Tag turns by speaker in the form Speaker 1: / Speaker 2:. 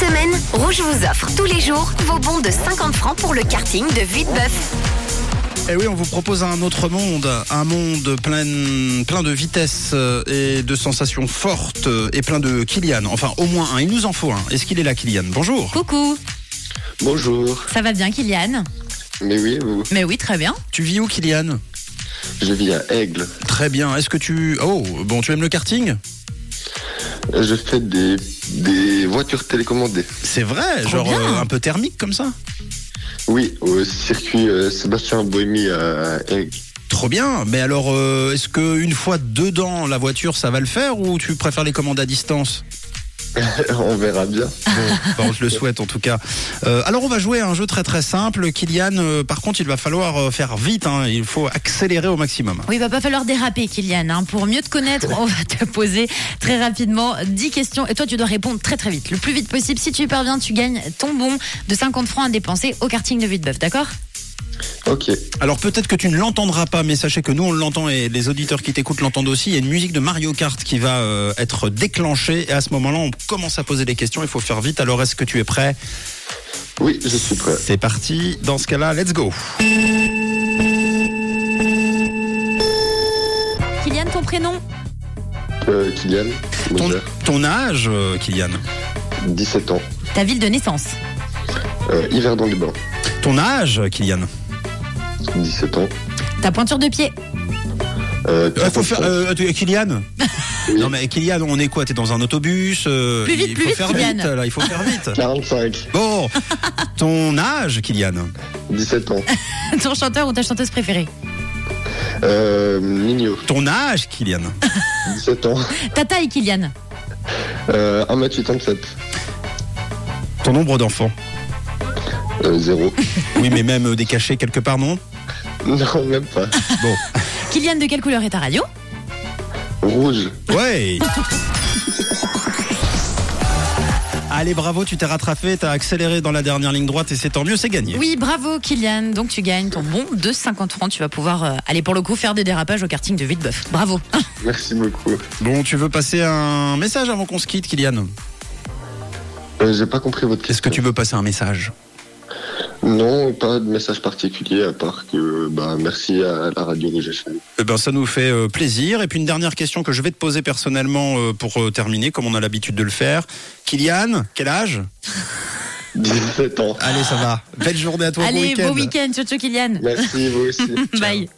Speaker 1: semaine, Rouge vous offre tous les jours vos bons de 50 francs pour le karting de Vitebeuf.
Speaker 2: Et Eh oui, on vous propose un autre monde, un monde plein, plein de vitesse euh, et de sensations fortes euh, et plein de Kylian. Enfin, au moins un. Il nous en faut un. Est-ce qu'il est là, Kylian Bonjour.
Speaker 3: Coucou,
Speaker 4: Bonjour.
Speaker 3: ça va bien Kylian
Speaker 4: Mais oui, vous.
Speaker 3: Mais oui, très bien.
Speaker 2: Tu vis où, Kylian
Speaker 4: Je vis à Aigle.
Speaker 2: Très bien. Est-ce que tu. Oh, bon, tu aimes le karting
Speaker 4: Je fais des, des voitures télécommandées.
Speaker 2: C'est vrai,
Speaker 3: Trop
Speaker 2: genre
Speaker 3: bien.
Speaker 2: euh, un peu thermique comme ça
Speaker 4: Oui, au circuit euh, Sébastien Bohémy à Aigle.
Speaker 2: Trop bien. Mais alors, euh, est-ce que une fois dedans la voiture, ça va le faire ou tu préfères les commandes à distance
Speaker 4: On verra bien.
Speaker 2: Enfin, on te le souhaite en tout cas. Euh, alors on va jouer à un jeu très très simple. Kylian, euh, par contre, il va falloir euh, faire vite. hein. Il faut accélérer au maximum.
Speaker 3: Oui, il va pas falloir déraper Kylian. hein. Pour mieux te connaître, on va te poser très rapidement 10 questions et toi tu dois répondre très très vite, le plus vite possible. Si tu y parviens, tu gagnes ton bon de 50 francs à dépenser au karting de Vitebeuf, d'accord
Speaker 4: Ok.
Speaker 2: Alors peut-être que tu ne l'entendras pas, mais sachez que nous on l'entend et les auditeurs qui t'écoutent l'entendent aussi. Il y a une musique de Mario Kart qui va euh, être déclenchée et à ce moment-là on commence à poser des questions. Il faut faire vite. Alors est-ce que tu es prêt
Speaker 4: Oui, je suis prêt.
Speaker 2: C'est parti. Dans ce cas-là, let's go.
Speaker 3: Kylian, ton prénom
Speaker 4: Euh, Kylian,
Speaker 2: Ton,
Speaker 4: bonjour.
Speaker 2: ton âge, euh, Kylian.
Speaker 4: 17 ans.
Speaker 3: Ta ville de naissance
Speaker 4: Euh, hiver dans les bains.
Speaker 2: Ton âge, Kylian.
Speaker 4: 17 ans.
Speaker 3: Ta pointure de pied
Speaker 4: Euh,
Speaker 2: Euh, faut
Speaker 4: 40
Speaker 2: faire,
Speaker 4: ans.
Speaker 2: euh, tu- Kylian
Speaker 4: Oui.
Speaker 2: Non mais Kylian, on est quoi T'es dans un autobus euh,
Speaker 3: Plus vite,
Speaker 2: Il
Speaker 3: plus
Speaker 2: faut
Speaker 3: vite,
Speaker 2: faire
Speaker 3: Kylian.
Speaker 2: vite, là, il faut faire vite.
Speaker 4: 45.
Speaker 2: Bon, ton âge, Kylian
Speaker 4: 17 ans.
Speaker 3: Ton chanteur ou ta chanteuse préférée
Speaker 4: Euh, Nino.
Speaker 2: Ton âge, Kylian
Speaker 4: 17 ans.
Speaker 3: Ta taille Kylian
Speaker 4: Euh, 1m87.
Speaker 2: Ton nombre d'enfants
Speaker 4: Euh, 0.
Speaker 2: Oui, mais même euh, des cachets quelque part, non
Speaker 4: non, même pas.
Speaker 2: Bon,
Speaker 3: Kylian, de quelle couleur est ta radio
Speaker 4: Rouge.
Speaker 2: ouais Allez, bravo, tu t'es rattrapé, t'as accéléré dans la dernière ligne droite et c'est tant mieux, c'est gagné.
Speaker 3: Oui, bravo Kylian. Donc tu gagnes ton bon de 50 francs. Tu vas pouvoir euh, aller pour le coup faire des dérapages au karting de Vitebeuf. Bravo.
Speaker 4: Merci beaucoup.
Speaker 2: Bon, tu veux passer un message avant qu'on se quitte, Kylian
Speaker 4: Euh, J'ai pas compris votre
Speaker 2: Est-ce
Speaker 4: question.
Speaker 2: que tu veux passer un message
Speaker 4: Non, pas de message particulier à part que bah, merci à la radio de GFM.
Speaker 2: Eh ben, ça nous fait euh, plaisir. Et puis une dernière question que je vais te poser personnellement euh, pour euh, terminer, comme on a l'habitude de le faire. Kylian, quel âge
Speaker 4: 17 ans.
Speaker 2: Allez, ça va. Belle journée à toi.
Speaker 3: Allez,
Speaker 2: bon
Speaker 3: bon week-end. Ciao, ciao Kylian.
Speaker 4: Merci, vous aussi.
Speaker 3: Bye.